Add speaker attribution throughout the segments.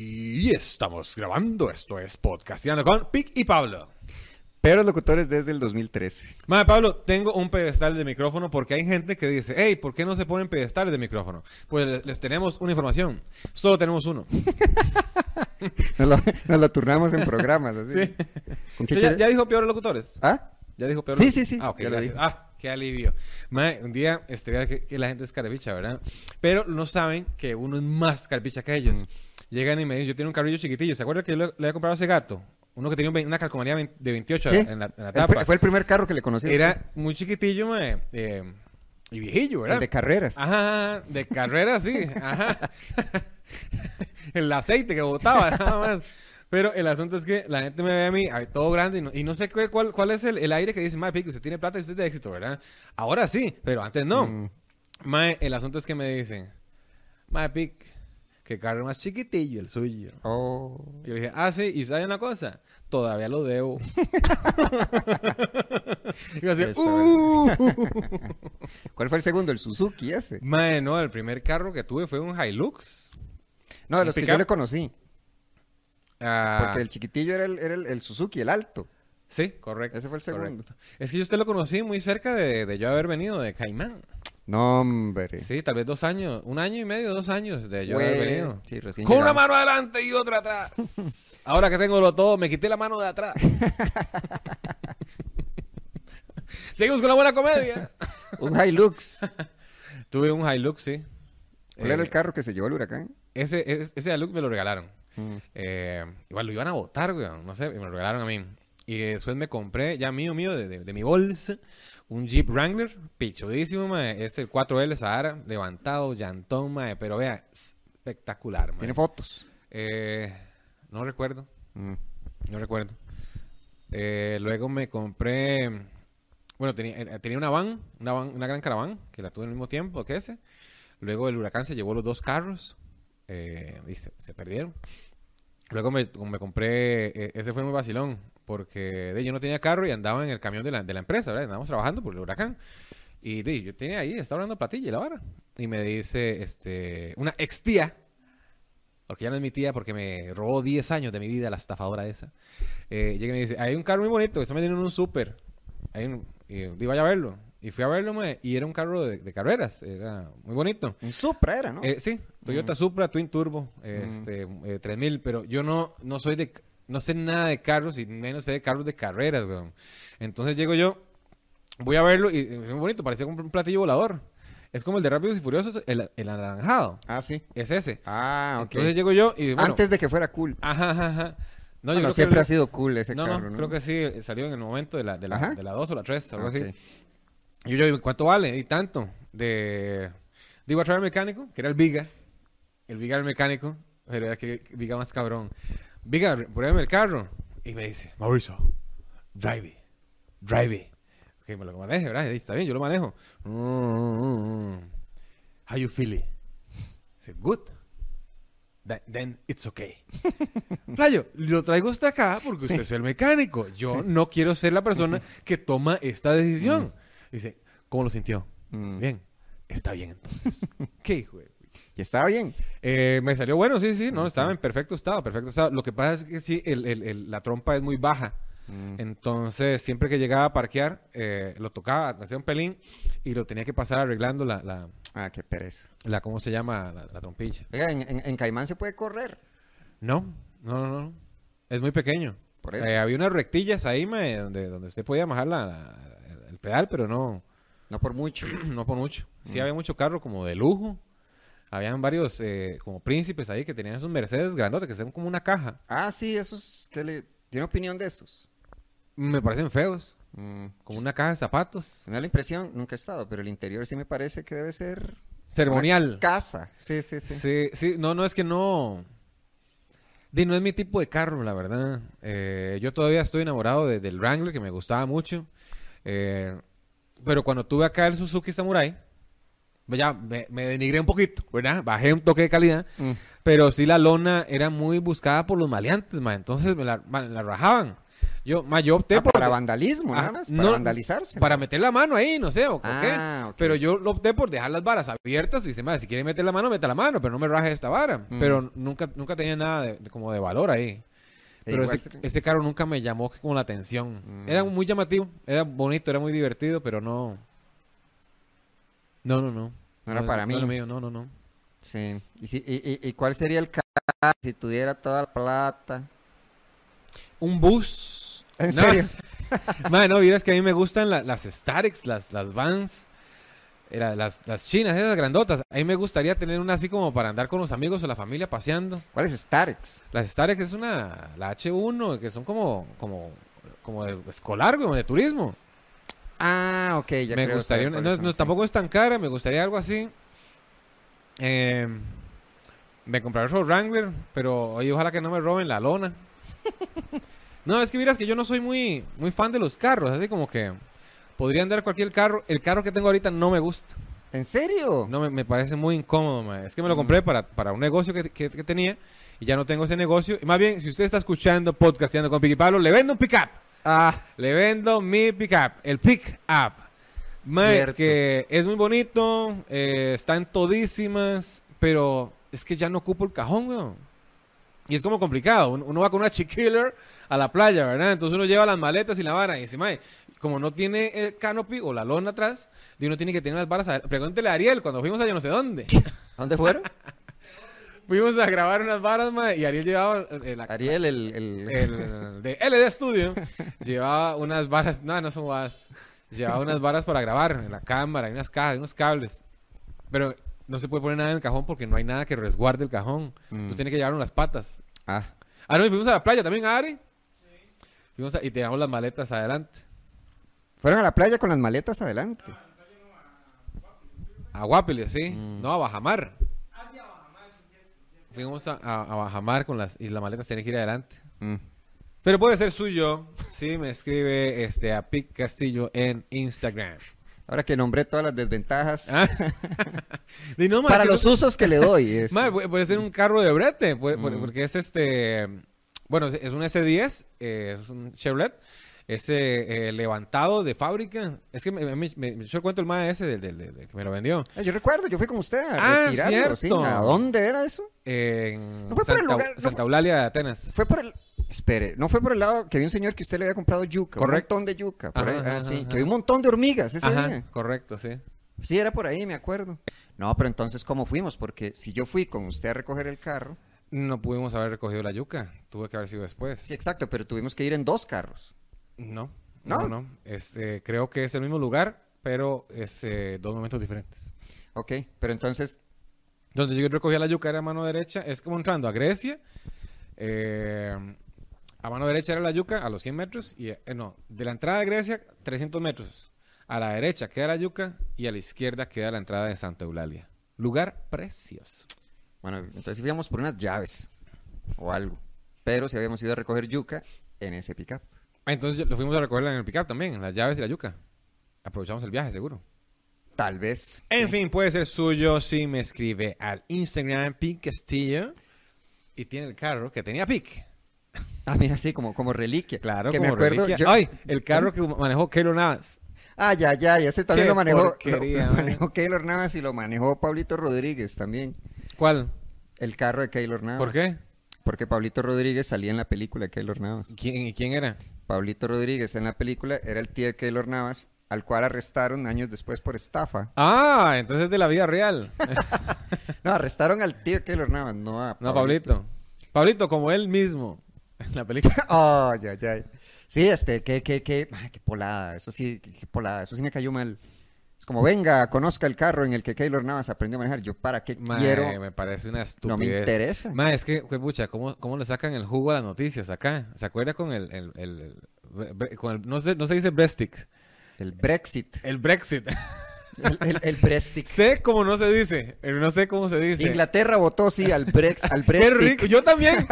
Speaker 1: Y estamos grabando, esto es Podcasteando con Pic y Pablo.
Speaker 2: Pero locutores desde el 2013.
Speaker 1: Madre Pablo, tengo un pedestal de micrófono porque hay gente que dice, hey, ¿por qué no se ponen pedestales de micrófono? Pues le- les tenemos una información, solo tenemos uno.
Speaker 2: Nos lo, nos lo turnamos en programas, así.
Speaker 1: Sí. Sí,
Speaker 2: ¿Con qué
Speaker 1: ¿Ya,
Speaker 2: quiere-
Speaker 1: ya dijo peor locutores?
Speaker 2: ¿Ah?
Speaker 1: ¿Ya dijo peor
Speaker 2: Sí,
Speaker 1: locutores?
Speaker 2: sí, sí,
Speaker 1: Ah, ok,
Speaker 2: ya lo
Speaker 1: gracias.
Speaker 2: dijo.
Speaker 1: Ah, qué alivio. Madre, un día, este, vea que, que la gente es carpicha, ¿verdad? Pero no saben que uno es más carpicha que
Speaker 2: Mm.
Speaker 1: ellos. Llegan y me dicen, yo tengo un carrillo chiquitillo, ¿se acuerdan que yo le, le había comprado a ese gato? Uno que tenía un ve- una calcomanía vein- de 28
Speaker 2: Sí.
Speaker 1: en, la, en la
Speaker 2: El
Speaker 1: tapa.
Speaker 2: pr- fue el primer carro que le conocí.
Speaker 1: Era muy chiquitillo, mae, eh, y viejillo, ¿verdad?
Speaker 2: El de carreras.
Speaker 1: Ajá, de carrera, sí. Ajá. el aceite que botaba, nada más. Pero el asunto es que la gente me ve a mí, ay, todo grande, y no, y no sé qué- cuál, cuál es el, el aire que dice, mae, pico, usted tiene plata y usted es de éxito, ¿verdad? Ahora sí, pero antes no.
Speaker 2: Mm.
Speaker 1: Mae, el asunto es que me dicen, mae, pic, que carro más chiquitillo el suyo.
Speaker 2: Oh.
Speaker 1: Y yo le dije, ah, sí, y ¿sabe una cosa? Todavía lo debo. y yo así,
Speaker 2: Esa,
Speaker 1: "Uh".
Speaker 2: ¿Cuál fue el segundo? El Suzuki ese.
Speaker 1: Mae, no, el primer carro que tuve fue un Hilux.
Speaker 2: No, de los que
Speaker 1: ¿Pickup?
Speaker 2: yo le conocí.
Speaker 1: Ah,
Speaker 2: Porque el chiquitillo era el, era el, el Suzuki, el alto.
Speaker 1: Sí, correcto.
Speaker 2: Ese fue el
Speaker 1: correcto.
Speaker 2: segundo.
Speaker 1: Es que yo usted lo conocí muy cerca de, de yo haber venido de Caimán.
Speaker 2: No, hombre.
Speaker 1: Sí, tal vez dos años, un año y medio, dos años de yo haber
Speaker 2: Güey,
Speaker 1: venido.
Speaker 2: sí, recién
Speaker 1: Con una
Speaker 2: llegamos.
Speaker 1: mano adelante y otra atrás. Ahora que tengo lo todo, me quité la mano de atrás. Seguimos con la buena comedia.
Speaker 2: Un Hilux.
Speaker 1: Tuve un Hilux, sí.
Speaker 2: ¿Cuál era
Speaker 1: Eh,
Speaker 2: el carro que se llevó el huracán? Mm.
Speaker 1: Ese, ese, ese Hilux me lo regalaron. Eh, igual lo iban a votar, weón. No sé, me lo regalaron a mí. Y después me compré, ya mío, mío, de, de- de mi bolsa, un Jeep Wrangler, pichudísimo, mae. Es el 4L Sahara, levantado, llantón, mae. Pero vea, espectacular, mae.
Speaker 2: Tiene fotos.
Speaker 1: Eh, no recuerdo,
Speaker 2: Mm.
Speaker 1: no recuerdo. Eh, luego me compré, bueno, tenía, eh, tenía una van, una van, una gran caravana, que la tuve al mismo tiempo que ese. Luego el huracán se llevó los dos carros eh, y se, se perdieron. Luego me, me compré, eh, ese fue muy vacilón, porque de, yo no tenía carro y andaba en el camión de la, de la empresa, ¿verdad? Andábamos trabajando por el huracán. Y de, yo tenía ahí, estaba hablando platilla y la vara. Y me dice, este, una ex tía, porque ya no es mi tía, porque me robó 10 años de mi vida la estafadora esa. Eh, llega y me dice, hay un carro muy bonito, que está vendiendo en un súper. Hay un- Y yo, "Di, vaya a verlo. Y fui a verlo, mae, y era un carro de, de carreras, era muy bonito.
Speaker 2: Un Supra era, ¿no?
Speaker 1: Eh, sí, Toyota Supra Twin Turbo, eh,
Speaker 2: Mm.
Speaker 1: este, eh, 3000, pero yo no, no soy de, no sé nada de carros y menos sé de carros de carreras, weón. Entonces llego yo, voy a verlo y es muy bonito, parecía como un platillo volador. Es como el de Rápidos y Furiosos, el, el anaranjado,
Speaker 2: Ah, sí.
Speaker 1: es ese.
Speaker 2: Ah, ok.
Speaker 1: Entonces llego yo y bueno,
Speaker 2: Antes de que fuera cool.
Speaker 1: ajá, ajá, ajá. No,
Speaker 2: No,
Speaker 1: yo creo que
Speaker 2: siempre
Speaker 1: el-
Speaker 2: ha sido cool ese
Speaker 1: no, no,
Speaker 2: carro, ¿no?
Speaker 1: creo que sí, eh, salió en el momento de la, de la,
Speaker 2: Ajá. Ah,
Speaker 1: de la 2 o la 3, algo
Speaker 2: Ok.
Speaker 1: así. Y yo, ¿cuánto vale? Y tanto. De... Digo, a través del mecánico, que era el Viga. El Viga era el mecánico, pero era que Viga más cabrón. Viga, pruébame el carro. Y me dice, Mauricio, drive, it, drive. it". Que me lo maneje, ¿verdad? Y dice, está bien, yo lo manejo. Mm, mm, mm. How you feel it? Dice, good. Tha- Then it's okay. Playo, lo traigo hasta acá porque usted es el mecánico. Yo no quiero ser la persona que toma esta decisión. Dice, ¿cómo lo sintió?
Speaker 2: Mm.
Speaker 1: Bien. Está bien entonces. ¿Qué hijo de-
Speaker 2: Y estaba bien.
Speaker 1: Eh, me salió bueno, sí, sí, no, estaba en perfecto estado, perfecto estado. Lo que pasa es que sí, el- el- el- la trompa es muy baja.
Speaker 2: Mm.
Speaker 1: Entonces, siempre que llegaba a parquear, eh, lo tocaba, hacía un pelín y lo tenía que pasar arreglando la, la,
Speaker 2: Ah, qué pereza.
Speaker 1: la- ¿cómo se llama? La, la trompilla.
Speaker 2: Oiga, en, en- en Caimán se puede correr.
Speaker 1: No, no, no, no. Es muy pequeño.
Speaker 2: Por eso.
Speaker 1: Eh, había unas rectillas ahí mae, donde, donde usted podía bajar la- la- el pedal, pero no,
Speaker 2: No por mucho.
Speaker 1: no por mucho. Sí había mucho carro como de lujo. Habían varios eh, como príncipes ahí que tenían esos Mercedes grandotes que son como una caja.
Speaker 2: Ah, sí, esos que le... ¿Tiene opinión de esos?
Speaker 1: Me parecen feos,
Speaker 2: Mm.
Speaker 1: como una caja de zapatos.
Speaker 2: Me da la impresión, nunca he estado, pero el interior sí me parece que debe ser...
Speaker 1: Ceremonial.
Speaker 2: una Casa. Sí, sí, sí.
Speaker 1: Sí, sí, no, no es que no. Di, no es mi tipo de carro, la verdad. Eh, yo todavía estoy enamorado de- del Wrangler, que me gustaba mucho. Eh, pero cuando tuve acá el Suzuki Samurai, pues ya me, me denigré un poquito, ¿verdad? Bajé un toque de calidad.
Speaker 2: Mm.
Speaker 1: Pero sí, la lona era muy buscada por los maleantes, ma. Entonces me la, ma, la rajaban. Yo, ma, yo opté
Speaker 2: Ah,
Speaker 1: por...
Speaker 2: para vandalismo,
Speaker 1: Ah,
Speaker 2: nada más, para
Speaker 1: no,
Speaker 2: vandalizarse.
Speaker 1: para meter la mano ahí, no sé, o qué.
Speaker 2: Ah, ok.
Speaker 1: Pero yo lo opté por dejar las varas abiertas y dice, madre, si quiere meter la mano, meta la mano, pero no me raje esta vara.
Speaker 2: Mm. E
Speaker 1: Pero nunca, nunca tenía nada de, de- como de valor ahí. Pero
Speaker 2: igual
Speaker 1: ese,
Speaker 2: se-
Speaker 1: ese carro nunca me llamó como la atención.
Speaker 2: Mm.
Speaker 1: Era muy llamativo, era bonito, era muy divertido, pero no. No, no, no.
Speaker 2: No era para
Speaker 1: No,
Speaker 2: mí.
Speaker 1: lo mío, no, no, no.
Speaker 2: Sí. ¿Y, si- y- y- y cuál sería el carro si tuviera toda la plata?
Speaker 1: Un bus.
Speaker 2: ¿En
Speaker 1: No,
Speaker 2: serio?
Speaker 1: Madre, no, vieras que a mí me gustan la- las Starex, las, las Vans, eh, la- las, las chinas, esas grandotas. A mí me gustaría tener una así como para andar con los amigos o la familia paseando.
Speaker 2: ¿Cuál es Starex?
Speaker 1: Las Starex es una, la H1, que son como, como, como de escolar, como de turismo.
Speaker 2: Ah, ok, ya
Speaker 1: me
Speaker 2: creo
Speaker 1: gustaría,
Speaker 2: saber
Speaker 1: una-
Speaker 2: cuáles
Speaker 1: no, es-
Speaker 2: son,
Speaker 1: no,
Speaker 2: sí.
Speaker 1: tampoco es tan cara, me gustaría algo así. Eh, me compraré otro Wrangler, pero oye, ojalá que no me roben la lona. no, es que miras que yo no soy muy, muy fan de los carros, así como que podría andar cualquier carro. El carro que tengo ahorita no me gusta.
Speaker 2: ¿En serio?
Speaker 1: No, me, me parece muy incómodo, mae. Es que me lo
Speaker 2: Mm.
Speaker 1: compré para, para un negocio que, que- que tenía y ya no tengo ese negocio. Y más bien, si usted está escuchando podcasteando con Piqui Pablo, le vendo un pickup.
Speaker 2: Ah,
Speaker 1: Le vendo mi pickup, el pickup. Mae,
Speaker 2: Cierto.
Speaker 1: que es muy bonito, eh, están todísimas, pero es que ya no ocupo el cajón, weón. Y es como complicado. Uno, uno va con una chiquiller a la playa, ¿verdad? Entonces uno lleva las maletas y la vara. Y dice, mae, como no tiene el canopy o la lona atrás, de uno tiene que tener las varas. a- Pregúntele a Ariel cuando fuimos a yo no sé dónde.
Speaker 2: ¿dónde fueron?
Speaker 1: fuimos a grabar unas varas, mae, y Ariel llevaba eh, la,
Speaker 2: Ariel, el... el-
Speaker 1: el de LD Studio, llevaba unas varas, no, no son varas, llevaba unas varas para grabar en la cámara, hay unas cajas, unos cables, pero no se puede poner nada en el cajón porque no hay nada que resguarde el cajón,
Speaker 2: Mm.
Speaker 1: entonces tiene que llevarlo en las patas.
Speaker 2: Ah,
Speaker 1: Ah, no, y fuimos a la playa también, Ari. Fuimos a- y tiramos las maletas adelante,
Speaker 2: fueron a la playa con las maletas adelante.
Speaker 1: a Guapiles, sí,
Speaker 2: Mm.
Speaker 1: no, a Bajamar. Fuimos a, a- a Bajamar con las, y las maletas tenían que ir adelante.
Speaker 2: Mm.
Speaker 1: Pero puede ser suyo si me escribe este, a Pic Castillo en Instagram.
Speaker 2: Ahora que nombré todas las desventajas.
Speaker 1: Ah. Di, no, ma,
Speaker 2: para
Speaker 1: que
Speaker 2: los
Speaker 1: no-
Speaker 2: usos que le doy. es-
Speaker 1: ma, puede, puede ser un carro de brete, puede- puede-
Speaker 2: Mm.
Speaker 1: porque es este... Bueno, es- es un S10, eh, es un Chevrolet, ese eh, levantado de fábrica. Es que me, me- me- me echó el cuento el mae ese del, del- del- del que me lo vendió.
Speaker 2: Ah, yo recuerdo, yo fui con usted a
Speaker 1: Ah,
Speaker 2: retirarlo, sí,
Speaker 1: cierto.
Speaker 2: ¿A dónde era eso?
Speaker 1: En
Speaker 2: No fue por el
Speaker 1: Santa,
Speaker 2: lugar, no
Speaker 1: Santa
Speaker 2: fue-
Speaker 1: Eulalia de Atenas.
Speaker 2: Fue por el... Espere, no fue por el lado que había un señor que usted le había comprado yuca.
Speaker 1: Correcto.
Speaker 2: Un montón de yuca. por
Speaker 1: Ajá,
Speaker 2: ahí, ah,
Speaker 1: ajá,
Speaker 2: sí,
Speaker 1: ajá.
Speaker 2: Que había un montón de hormigas ese
Speaker 1: Ajá,
Speaker 2: día.
Speaker 1: correcto, sí.
Speaker 2: Sí, era por ahí, me acuerdo. No, pero entonces, ¿cómo fuimos? Porque si yo fui con usted a recoger el carro.
Speaker 1: No pudimos haber recogido la yuca, tuve que haber sido después.
Speaker 2: Sí, exacto, pero tuvimos que ir en dos carros.
Speaker 1: No, no,
Speaker 2: ¿No?
Speaker 1: no. Este, creo que es el mismo lugar, pero es eh, dos momentos diferentes.
Speaker 2: Ok, pero entonces,
Speaker 1: Donde yo recogía la yuca era a mano derecha, es como entrando a Grecia. eh, a mano derecha era la yuca a los 100 metros y eh, no, de la entrada de Grecia 300 metros. A la derecha queda la yuca y a la izquierda queda la entrada de Santa Eulalia. Lugar precioso.
Speaker 2: bueno, entonces íbamos por unas llaves o algo. Pero si habíamos ido a recoger yuca en ese pickup.
Speaker 1: Ah, Entonces yo- lo fuimos a recoger en el pickup también, las llaves y la yuca. Aprovechamos el viaje, seguro.
Speaker 2: Tal vez.
Speaker 1: En fin, puede ser suyo si me escribe al Instagram Pic Castillo y tiene el carro que tenía Pic.
Speaker 2: Ah, mira, sí, como, como reliquia.
Speaker 1: Claro,
Speaker 2: que
Speaker 1: como
Speaker 2: me acuerdo.
Speaker 1: reliquia.
Speaker 2: yo-
Speaker 1: Ay, el carro que manejó Keylor Navas.
Speaker 2: Ah, ya, ya, ya ese también
Speaker 1: Qué
Speaker 2: lo manejó. lo-
Speaker 1: porquería,
Speaker 2: lo
Speaker 1: man.
Speaker 2: manejó Keylor Navas y lo manejó Pablito Rodríguez también.
Speaker 1: ¿Cuál?
Speaker 2: El carro de Keylor Navas.
Speaker 1: ¿Por qué?
Speaker 2: Porque Pablito Rodríguez salía en la película de Keylor Navas.
Speaker 1: ¿Quién, y ¿Quién era?
Speaker 2: Pablito Rodríguez en la película era el tío de Keylor Navas, al cual arrestaron años después por estafa.
Speaker 1: Ah, entonces de la vida real.
Speaker 2: No, arrestaron al tío de Keylor Navas, no a
Speaker 1: No, Pablito. Pablito, como él mismo en la película.
Speaker 2: Oh, ya, ya. Sí, este, qué, qué, qué, ay, qué polada, eso sí, qué, qué polada, eso sí me cayó mal. Es como, venga, conozca el carro en el que Keylor Navas aprendió a manejar. Yo, ¿para qué
Speaker 1: Mae,
Speaker 2: quiero?
Speaker 1: me parece una estupidez.
Speaker 2: No me interesa.
Speaker 1: Mae, es que, pucha, ¿cómo, ¿cómo le sacan el jugo a las noticias acá? ¿Se acuerda con el... el- el- el- con el- no, se, no se dice Brexit.
Speaker 2: El Brexit.
Speaker 1: El Brexit.
Speaker 2: El, el- el Brexit.
Speaker 1: Sé cómo no se dice, pero no sé cómo se dice.
Speaker 2: Inglaterra votó, sí, al Brexit. Al
Speaker 1: Qué
Speaker 2: Brexit.
Speaker 1: rico. Yo también.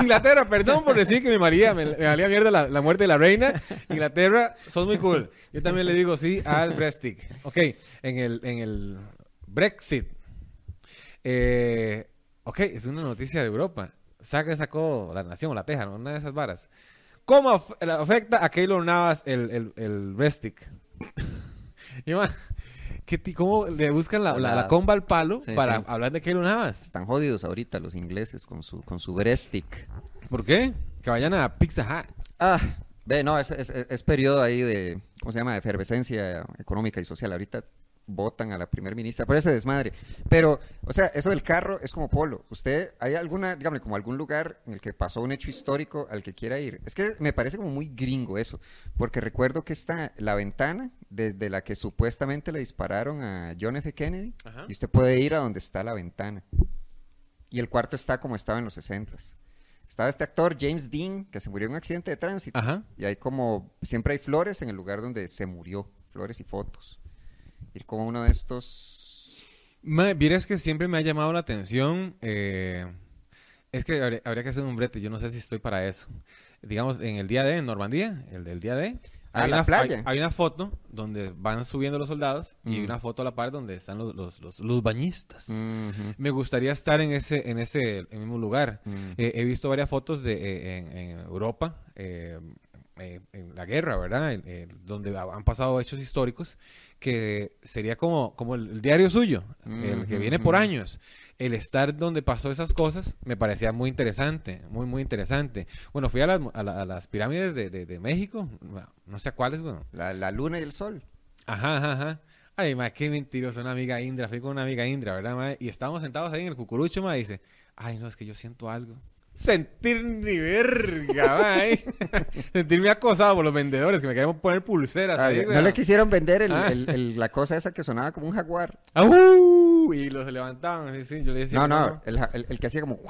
Speaker 1: Inglaterra, perdón por decir que mi María me, me valía mierda la, la muerte de la reina. Inglaterra, son muy cool. Yo también le digo sí al Brexit. Ok, en el, en el Brexit. Eh, ok, es una noticia de Europa. Saca, sacó la nación, la teja, ¿no? una de esas varas. ¿Cómo af- la- afecta a Keylor Navas el, el, el Restic? Y, ma, ¿qué ti- ¿Cómo le buscan la, la- la comba al palo
Speaker 2: Sí,
Speaker 1: para
Speaker 2: sí.
Speaker 1: hablar de Keylor Navas?
Speaker 2: Están jodidos ahorita los ingleses con su, con su Brestic.
Speaker 1: ¿Por qué? Que vayan a Pizza Hut.
Speaker 2: Ah, ve, no, es, es- es- es periodo ahí de, ¿cómo se llama?, de efervescencia económica y social. Ahorita votan a la primer ministra, pero ese desmadre. Pero, o sea, eso del carro es como polo. ¿Usted, hay alguna, dígame, como algún lugar en el que pasó un hecho histórico al que quiera ir? Es que me parece como muy gringo eso, porque recuerdo que está la ventana desde la que supuestamente le dispararon a John F. Kennedy,
Speaker 1: Ajá.
Speaker 2: y usted puede ir a donde está la ventana. Y el cuarto está como estaba en los 60 Estaba este actor James Dean, que se murió en un accidente de tránsito.
Speaker 1: Ajá.
Speaker 2: Y hay como, siempre hay flores en el lugar donde se murió, flores y fotos. Ir como uno de estos...
Speaker 1: Ma, vieras que siempre me ha llamado la atención. eh, es que habría, habría que hacer un brete. Yo no sé si estoy para eso. Digamos, en el día D, en Normandía, el del día D.
Speaker 2: Ah,
Speaker 1: hay
Speaker 2: la
Speaker 1: una,
Speaker 2: playa.
Speaker 1: Hay, hay una foto donde van subiendo los soldados y hay
Speaker 2: Mm.
Speaker 1: una foto a la par donde están los, los, los- los bañistas.
Speaker 2: Ujú.
Speaker 1: Me gustaría estar en ese, en ese en el mismo lugar.
Speaker 2: Mm.
Speaker 1: Eh, he visto varias fotos de, eh, en, en Europa, eh, eh, en la guerra, ¿verdad? En- en donde ha- han pasado hechos históricos, que sería como, como el, el diario suyo, el que viene por
Speaker 2: Ujú.
Speaker 1: años. El estar donde pasó esas cosas me parecía muy interesante, muy, muy interesante. Bueno, fui a las, a la- a las pirámides de, de- de México, no sé a cuáles, bueno.
Speaker 2: La, la luna y el sol.
Speaker 1: Ajá, ajá, ajá. Ay, ma, qué mentiroso, una amiga Indra, fui con una amiga Indra, ¿verdad, ma? Y estábamos sentados ahí en el cucurucho, ma, y dice, ay, no, es que yo siento algo. Sentir ni verga, ma, ¿eh? Sentirme acosado por los vendedores que me querían poner pulseras
Speaker 2: Ah,
Speaker 1: ahí,
Speaker 2: ya- no
Speaker 1: weón.
Speaker 2: le quisieron vender el-
Speaker 1: Ah.
Speaker 2: el- el- la cosa esa que sonaba como un jaguar.
Speaker 1: ¡Au! Y los levantaban, sí, sí, yo le decía...
Speaker 2: no,
Speaker 1: que
Speaker 2: no, el, ja- el- el que hacía como...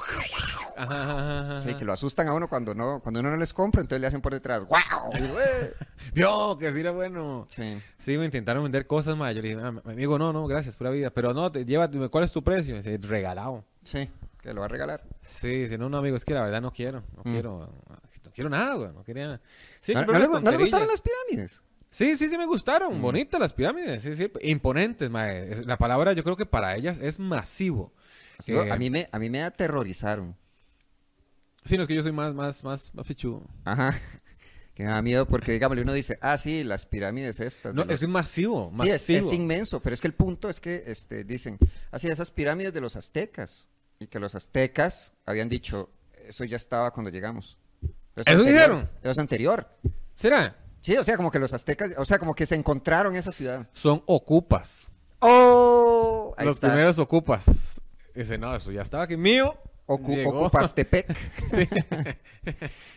Speaker 1: Ajá, ajá, ajá,
Speaker 2: Sí,
Speaker 1: ajá.
Speaker 2: que lo asustan a uno cuando no cuando uno no les compra, entonces le hacen por detrás. ¡Wow!
Speaker 1: Vio, que sí era bueno.
Speaker 2: "Eh". Sí.
Speaker 1: Sí, me intentaron vender cosas, ma, yo le dije, "Ah, mi amigo, no, no, gracias, pura vida. Pero no, te, llévate, ¿cuál es tu precio? Y me dice, regalado.
Speaker 2: Sí, que lo va a regalar.
Speaker 1: Sí, si no, no, amigo, es que la verdad no quiero. No
Speaker 2: Mm.
Speaker 1: quiero. No quiero nada, güey. No quería nada. Sí,
Speaker 2: ¿No,
Speaker 1: compré
Speaker 2: no le,
Speaker 1: unas
Speaker 2: gu- no le gustaron
Speaker 1: tonterillas.
Speaker 2: las Mm. pirámides?
Speaker 1: Sí, sí, sí me gustaron. Bonitas las pirámides. Sí, sí. Imponentes, mae. Es- La palabra yo creo que para ellas es masivo.
Speaker 2: Así, digo,
Speaker 1: Eh,
Speaker 2: a, mí me, a mí me aterrorizaron.
Speaker 1: Sí, no es que yo soy más, más, más, más fichudo.
Speaker 2: Ajá. Que me da miedo porque, digámosle, uno dice, ah, sí, las pirámides estas. Pues de
Speaker 1: No,
Speaker 2: los-
Speaker 1: es que es masivo.
Speaker 2: Sí, es,
Speaker 1: Masivo.
Speaker 2: es inmenso, pero es que el punto es que este, dicen, así, esas pirámides de los aztecas. Y que los aztecas habían dicho, eso ya estaba cuando llegamos. es
Speaker 1: ¿Eso
Speaker 2: anterior,
Speaker 1: dijeron?
Speaker 2: Eso es anterior.
Speaker 1: ¿Será?
Speaker 2: Sí, o sea, como que los aztecas, o sea, como que se encontraron esa ciudad.
Speaker 1: Son ocupas.
Speaker 2: ¡Oh! Ahí
Speaker 1: Los
Speaker 2: está.
Speaker 1: primeros ocupas. Dice, no, eso ya estaba aquí. Mío.
Speaker 2: Ocu-
Speaker 1: llegó.
Speaker 2: Ocupastepec.
Speaker 1: Sí.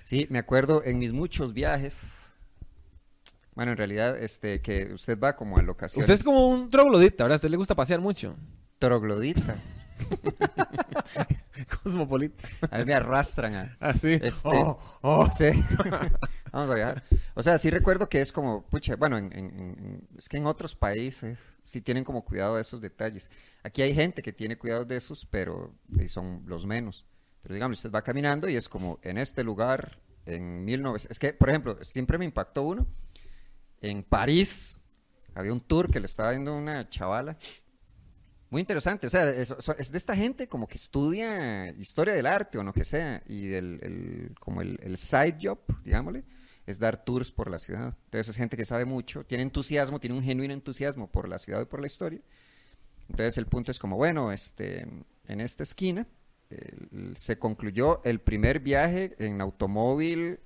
Speaker 2: Sí, me acuerdo en mis muchos viajes. Bueno, en realidad, este, que usted va como a locaciones.
Speaker 1: Usted es como un troglodita, ¿verdad? A usted le gusta pasear mucho.
Speaker 2: troglodita.
Speaker 1: Cosmopolita.
Speaker 2: A mí me arrastran a.
Speaker 1: Así.
Speaker 2: Este-
Speaker 1: Oh, oh.
Speaker 2: Sí. Vamos a viajar. O sea, sí recuerdo que es como, pucha, bueno, en- en- en- en- es que en otros países sí tienen como cuidado de esos detalles. Aquí hay gente que tiene cuidado de esos, pero eh, son los menos. Pero digamos, usted va caminando y es como en este lugar, en 1900. Es que, por ejemplo, siempre me impactó uno. En París había un tour que le estaba dando una chavala. Muy interesante, o sea, es, so- es de esta gente como que estudia historia del arte o lo que sea, y el, el- como el, el side job, digámosle, es dar tours por la ciudad. Entonces es gente que sabe mucho, tiene entusiasmo, tiene un genuino entusiasmo por la ciudad y por la historia. Entonces el punto es como, bueno, este, en esta esquina el- se concluyó el primer viaje en automóvil,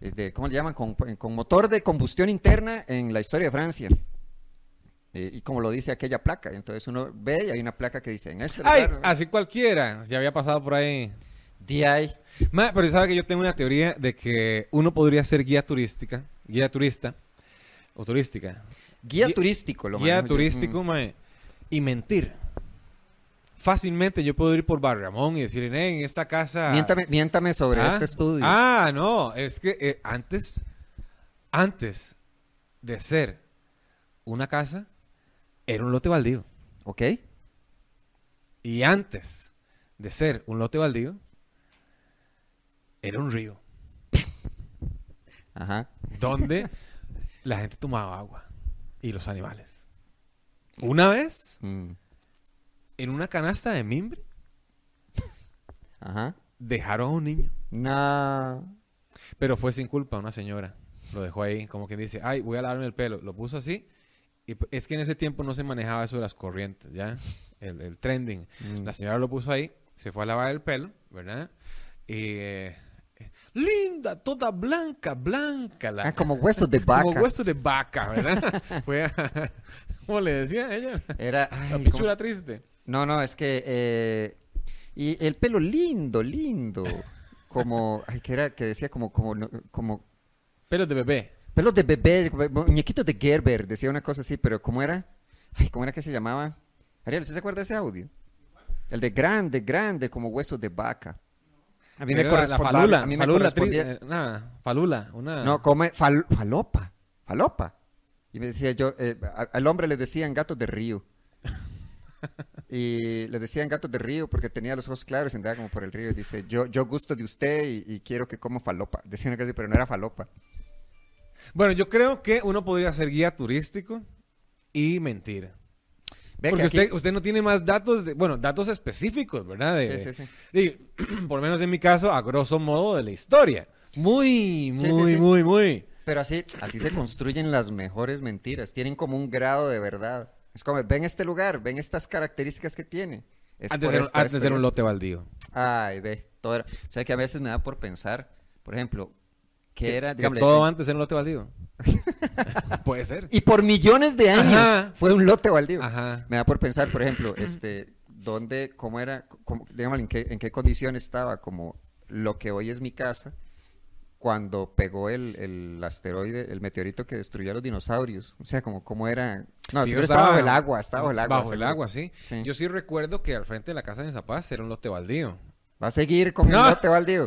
Speaker 2: eh, de, ¿cómo le llaman? Con, con motor de combustión interna en la historia de Francia. Eh, y como lo dice aquella placa, entonces uno ve y hay una placa que dice, en este
Speaker 1: Ay,
Speaker 2: lugar,
Speaker 1: así cualquiera. Ya había pasado por ahí.
Speaker 2: DI.
Speaker 1: Ma, pero sabe que yo tengo una teoría de que uno podría ser guía turística, guía turista o turística,
Speaker 2: Guía
Speaker 1: Guía-
Speaker 2: turístico, lo
Speaker 1: guía
Speaker 2: manejo yo.
Speaker 1: turístico,
Speaker 2: Mm.
Speaker 1: mae, y mentir. Fácilmente yo puedo ir por Barramón y decir, "Nen, en esta casa.
Speaker 2: Miéntame, miéntame sobre
Speaker 1: Ah,
Speaker 2: este estudio.
Speaker 1: Ah, no, es que eh, antes, antes de ser una casa, era un lote baldío.
Speaker 2: ¿Ok?
Speaker 1: Y antes de ser un lote baldío, era un río.
Speaker 2: Ajá.
Speaker 1: donde la gente tomaba agua y los animales. Una vez,
Speaker 2: Mm.
Speaker 1: en una canasta de mimbre,
Speaker 2: Ajá.
Speaker 1: dejaron a un niño.
Speaker 2: No.
Speaker 1: Pero fue sin culpa una señora. Lo dejó ahí, como quien dice, ay, voy a lavarme el pelo. Lo puso así. Y p- es que en ese tiempo no se manejaba eso de las corrientes, ¿ya? El, el trending.
Speaker 2: Mm.
Speaker 1: La señora lo puso ahí, se fue a lavar el pelo, ¿verdad? Y... eh, linda, toda blanca, blanca. La,
Speaker 2: Ah, como huesos de vaca.
Speaker 1: como hueso de vaca, ¿verdad? Fue a- ¿Cómo le decía ella?
Speaker 2: Era,
Speaker 1: La
Speaker 2: ay, ¿cómo
Speaker 1: pichula triste.
Speaker 2: No, no, es que. eh, y el pelo lindo, lindo. Como. Ay, que era, que decía como. como, no- como
Speaker 1: Pelos de bebé.
Speaker 2: pelos de bebé, como muñequitos de Gerber, decía una cosa así, pero ¿cómo era? Ay, ¿cómo era que se llamaba? Ariel, ¿usted se acuerda de ese audio? El de grande, grande, como huesos de vaca. A mí me
Speaker 1: Pero la- la
Speaker 2: correspondía.
Speaker 1: falula,
Speaker 2: a mí me
Speaker 1: falula,
Speaker 2: correspondía-
Speaker 1: tri- eh, nada, falula, una...
Speaker 2: No, come fal- falopa, falopa. Y me decía yo, eh, a- al hombre le decían gatos de río. Y le decían gatos de río porque tenía los ojos claros y andaba como por el río. Y dice, yo, yo gusto de usted y, y quiero que como falopa. Decía una cosa así, pero no era falopa.
Speaker 1: Bueno, yo creo que uno podría ser guía turístico y mentir.
Speaker 2: Ve
Speaker 1: Porque
Speaker 2: que aquí-
Speaker 1: usted, usted no tiene más datos, de- bueno, datos específicos, ¿verdad? De-
Speaker 2: Sí, sí, sí.
Speaker 1: y, por lo menos en mi caso, a grosso modo de la historia. Muy, muy,
Speaker 2: Sí, sí, sí.
Speaker 1: muy, muy.
Speaker 2: Pero así, así se construyen las mejores mentiras. Tienen como un grado de verdad. Es como, ven este lugar, ven estas características que tiene. Es
Speaker 1: antes
Speaker 2: por
Speaker 1: de,
Speaker 2: esto,
Speaker 1: antes
Speaker 2: esto
Speaker 1: de
Speaker 2: y
Speaker 1: un
Speaker 2: esto.
Speaker 1: lote baldío.
Speaker 2: Ay, ve, todo era- O sea, que a veces me da por pensar, por ejemplo, que era...
Speaker 1: Que
Speaker 2: digamos,
Speaker 1: todo
Speaker 2: eh,
Speaker 1: antes era un lote baldío. Puede ser.
Speaker 2: Y por millones de años
Speaker 1: Ajá.
Speaker 2: fue un lote baldío.
Speaker 1: Ajá.
Speaker 2: Me da por pensar, por ejemplo, este, dónde, cómo era, cómo- digamos, en qué, en qué condición estaba como lo que hoy es mi casa cuando pegó el, el asteroide, el meteorito que destruyó a los dinosaurios. O sea, como cómo era... No,
Speaker 1: Sí,
Speaker 2: siempre
Speaker 1: yo
Speaker 2: estaba bajo el agua, estaba bajo el agua.
Speaker 1: Bajo el
Speaker 2: seguro.
Speaker 1: agua, sí.
Speaker 2: Sí.
Speaker 1: Yo sí recuerdo que al frente de la casa de mis papás era un lote baldío.
Speaker 2: Va a seguir con
Speaker 1: No.
Speaker 2: el lote baldío.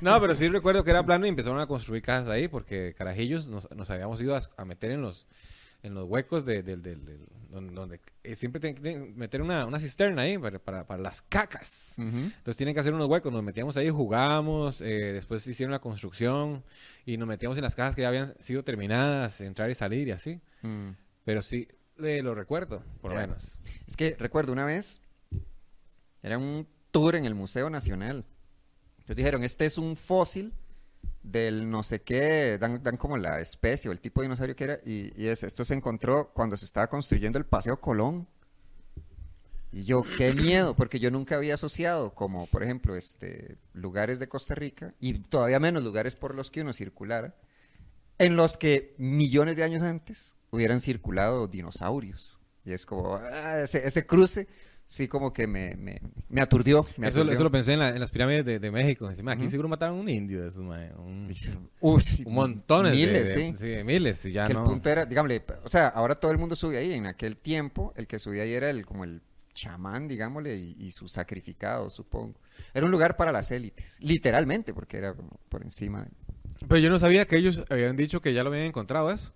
Speaker 1: No, pero sí recuerdo que era plano y empezaron a construir casas ahí porque carajillos nos, nos habíamos ido a, a meter en los en los huecos de, del- del- del- don- donde eh, siempre tienen que meter una, una cisterna ahí para, para- para las cacas.
Speaker 2: Ujú.
Speaker 1: Entonces tienen que hacer unos huecos, nos metíamos ahí, jugábamos, eh, después hicieron la construcción y nos metíamos en las casas que ya habían sido terminadas, entrar y salir y así.
Speaker 2: Mm.
Speaker 1: Pero sí eh, lo recuerdo, por lo
Speaker 2: Ya.
Speaker 1: menos.
Speaker 2: Es que recuerdo una vez, era un tour en el Museo Nacional. Ellos dijeron, este es un fósil del no sé qué, dan, dan como la especie o el tipo de dinosaurio que era, y, y es, esto se encontró cuando se estaba construyendo el Paseo Colón. Y yo, qué miedo, porque yo nunca había asociado como, por ejemplo, este, lugares de Costa Rica, y todavía menos lugares por los que uno circulara, en los que millones de años antes hubieran circulado dinosaurios. Y es como, ah, ese, ese cruce, sí como que me, me, me aturdió. Me
Speaker 1: Eso, lo-
Speaker 2: aturdió.
Speaker 1: eso lo pensé en, la- en las pirámides de, de México. Encima, aquí
Speaker 2: Ujú.
Speaker 1: seguro mataron un indio de esos, mae, un-
Speaker 2: Uy, sí,
Speaker 1: Un montones de-
Speaker 2: miles,
Speaker 1: de,
Speaker 2: sí.
Speaker 1: sí, de miles y ya
Speaker 2: que
Speaker 1: no.
Speaker 2: el punto era, digámosle, p- o sea, ahora todo el mundo sube ahí. En aquel tiempo, el que subía ahí era el como el chamán, digámosle, y, y su sacrificado, supongo. Era un lugar para las élites, literalmente, porque era como por encima.
Speaker 1: Pero yo no sabía que ellos habían dicho que ya lo habían encontrado eso.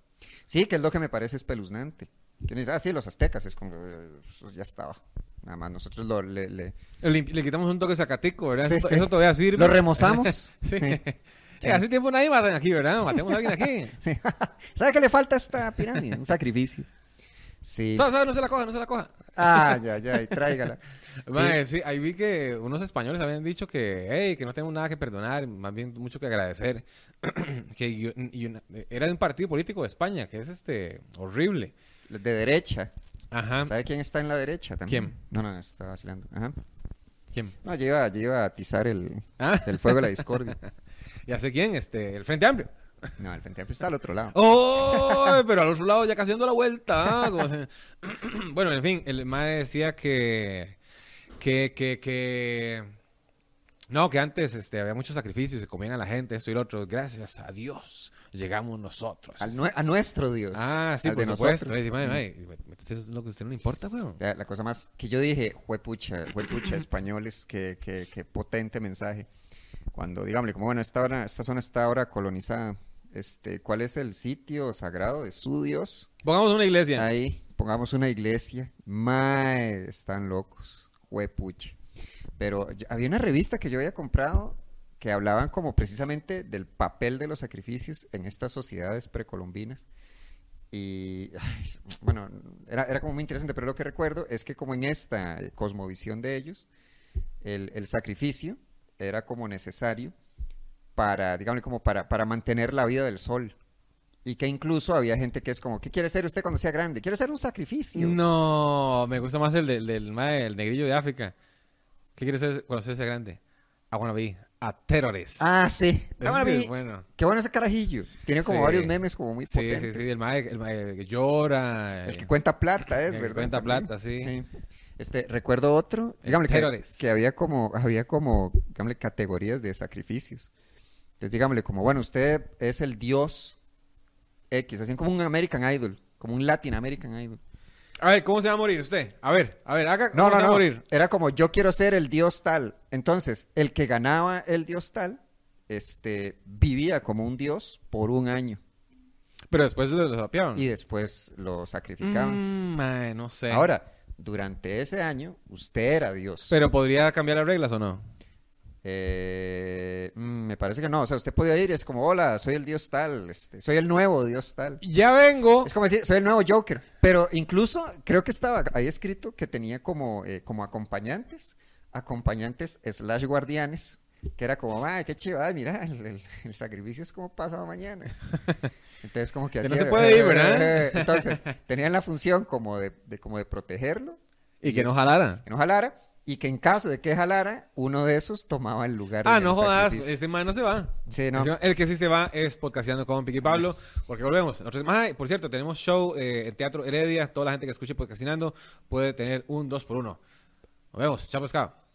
Speaker 2: Sí, que es lo que me parece espeluznante. Que uno dice, ah, sí, los aztecas, es como, eh, eso ya estaba. Nada más nosotros lo, le, le-
Speaker 1: Le, le quitamos un toque sacatico, ¿verdad?
Speaker 2: Sí,
Speaker 1: eso,
Speaker 2: sí.
Speaker 1: eso todavía sirve.
Speaker 2: lo remozamos.
Speaker 1: sí.
Speaker 2: Sí.
Speaker 1: Eh, hace tiempo nadie matan aquí, ¿verdad? Matemos a alguien aquí.
Speaker 2: Sí. ¿Sabe qué le falta a esta pirámide? Un sacrificio. Sí.
Speaker 1: ¿Sabes? No se la coja, no se la coja.
Speaker 2: Ah, ya, ya, y tráigala. Sí.
Speaker 1: Mae, sí, ahí vi que unos españoles habían dicho que, hey, que no tenemos nada que perdonar, más bien mucho que agradecer. que yo- y una- era de un partido político de España, que es este horrible.
Speaker 2: De derecha.
Speaker 1: Ajá.
Speaker 2: ¿Sabe quién está en la derecha también?
Speaker 1: ¿Quién?
Speaker 2: No, no, está vacilando. Ajá.
Speaker 1: ¿Quién?
Speaker 2: No, yo iba, yo iba a atizar el,
Speaker 1: Ah.
Speaker 2: el fuego de la discordia.
Speaker 1: Ya sé quién, este, el Frente Amplio.
Speaker 2: No, el Frente Amplio está al otro lado.
Speaker 1: ¡Oh! Pero al otro lado ya casi dando la vuelta. ah, como se- bueno, en fin, el mae decía que, que, que, que... No, que antes este, había muchos sacrificios, se comían a la gente, esto y lo otro. Gracias a Dios llegamos nosotros.
Speaker 2: Al nue- a nuestro Dios.
Speaker 1: ah, sí,
Speaker 2: al
Speaker 1: por
Speaker 2: de
Speaker 1: supuesto.
Speaker 2: nosotros.
Speaker 1: Ay, mae, mae, eso es lo que a usted no le importa, weón.
Speaker 2: La, la cosa más que yo dije, juepucha, juepucha, españoles, qué, qué, qué potente mensaje. Cuando, digámosle, como bueno, esta, hora, esta zona está ahora colonizada, este, ¿cuál es el sitio sagrado de su Dios?
Speaker 1: Pongamos una iglesia.
Speaker 2: Ahí, pongamos una iglesia. Mae, están locos. Huepuche. Pero yo- había una revista que yo había comprado que hablaban como precisamente del papel de los sacrificios en estas sociedades precolombinas. Y ay, bueno, era, era como muy interesante, pero lo que recuerdo es que como en esta eh, cosmovisión de ellos, el, el sacrificio era como necesario para, digamos, como para, para mantener la vida del sol. Y que incluso había gente que es como, ¿qué quiere ser usted cuando sea grande? Quiero ser un sacrificio.
Speaker 1: No, me gusta más el del, del mae, el negrillo de África. ¿Qué quiere ser cuando sea grande? I wanna be a terrorist.
Speaker 2: Ah, sí.
Speaker 1: Ese
Speaker 2: Ah, bueno,
Speaker 1: es
Speaker 2: vi-
Speaker 1: bueno.
Speaker 2: Qué bueno ese carajillo. Tiene como
Speaker 1: Sí.
Speaker 2: varios memes como muy
Speaker 1: Sí, sí,
Speaker 2: potentes.
Speaker 1: sí, el mae, el mae que llora.
Speaker 2: El que
Speaker 1: eh,
Speaker 2: cuenta plata es,
Speaker 1: El que
Speaker 2: ¿verdad?
Speaker 1: cuenta
Speaker 2: También.
Speaker 1: plata, sí.
Speaker 2: Este, recuerdo otro,
Speaker 1: El
Speaker 2: dígame que,
Speaker 1: terrorist.
Speaker 2: que había como, había como, dígame, categorías de sacrificios. Entonces, dígame, como, bueno, usted es el dios X, así como un American Idol, como un Latin American Idol.
Speaker 1: A ver, ¿cómo se va a morir usted? A ver, a ver, haga.
Speaker 2: No,
Speaker 1: ¿cómo
Speaker 2: no,
Speaker 1: se va
Speaker 2: no,
Speaker 1: a morir?
Speaker 2: era como, yo quiero ser el dios tal. Entonces, el que ganaba el dios tal, este, vivía como un dios por un año
Speaker 1: Pero después lo, lo sapeaban.
Speaker 2: y después lo sacrificaban.
Speaker 1: Mm, mae, no sé.
Speaker 2: Ahora, durante ese año, usted era Dios.
Speaker 1: Pero podría cambiar las reglas o no.
Speaker 2: Eh, mm, me parece que no. O sea, usted podía ir y es como, hola, soy el Dios tal, este, soy el nuevo Dios tal.
Speaker 1: Ya vengo.
Speaker 2: Es como decir, soy el nuevo Joker. Pero incluso creo que estaba ahí escrito que tenía como, eh, como acompañantes, acompañantes slash guardianes, que era como, ay, qué chiva, ay, mira, el, el- el sacrificio es como pasado mañana. Entonces, como que
Speaker 1: Que
Speaker 2: así.
Speaker 1: no se puede ir, ¿verdad?
Speaker 2: Entonces, tenían la función como de, de- como de protegerlo,
Speaker 1: Y que no jalara.
Speaker 2: que no jalara. Y que en caso de que jalara, uno de esos tomaba el lugar.
Speaker 1: Ah,
Speaker 2: en
Speaker 1: no
Speaker 2: el
Speaker 1: jodas,
Speaker 2: sacrificio.
Speaker 1: ese man no se va.
Speaker 2: Sí, no.
Speaker 1: Ese man- El que sí se va es podcasteando con Piqui Pablo, porque volvemos. Nosotros, Mae, por cierto, tenemos show eh, en Teatro Heredia. Toda la gente que escuche podcastinando puede tener un 2 por 1 Nos vemos, chao pescado.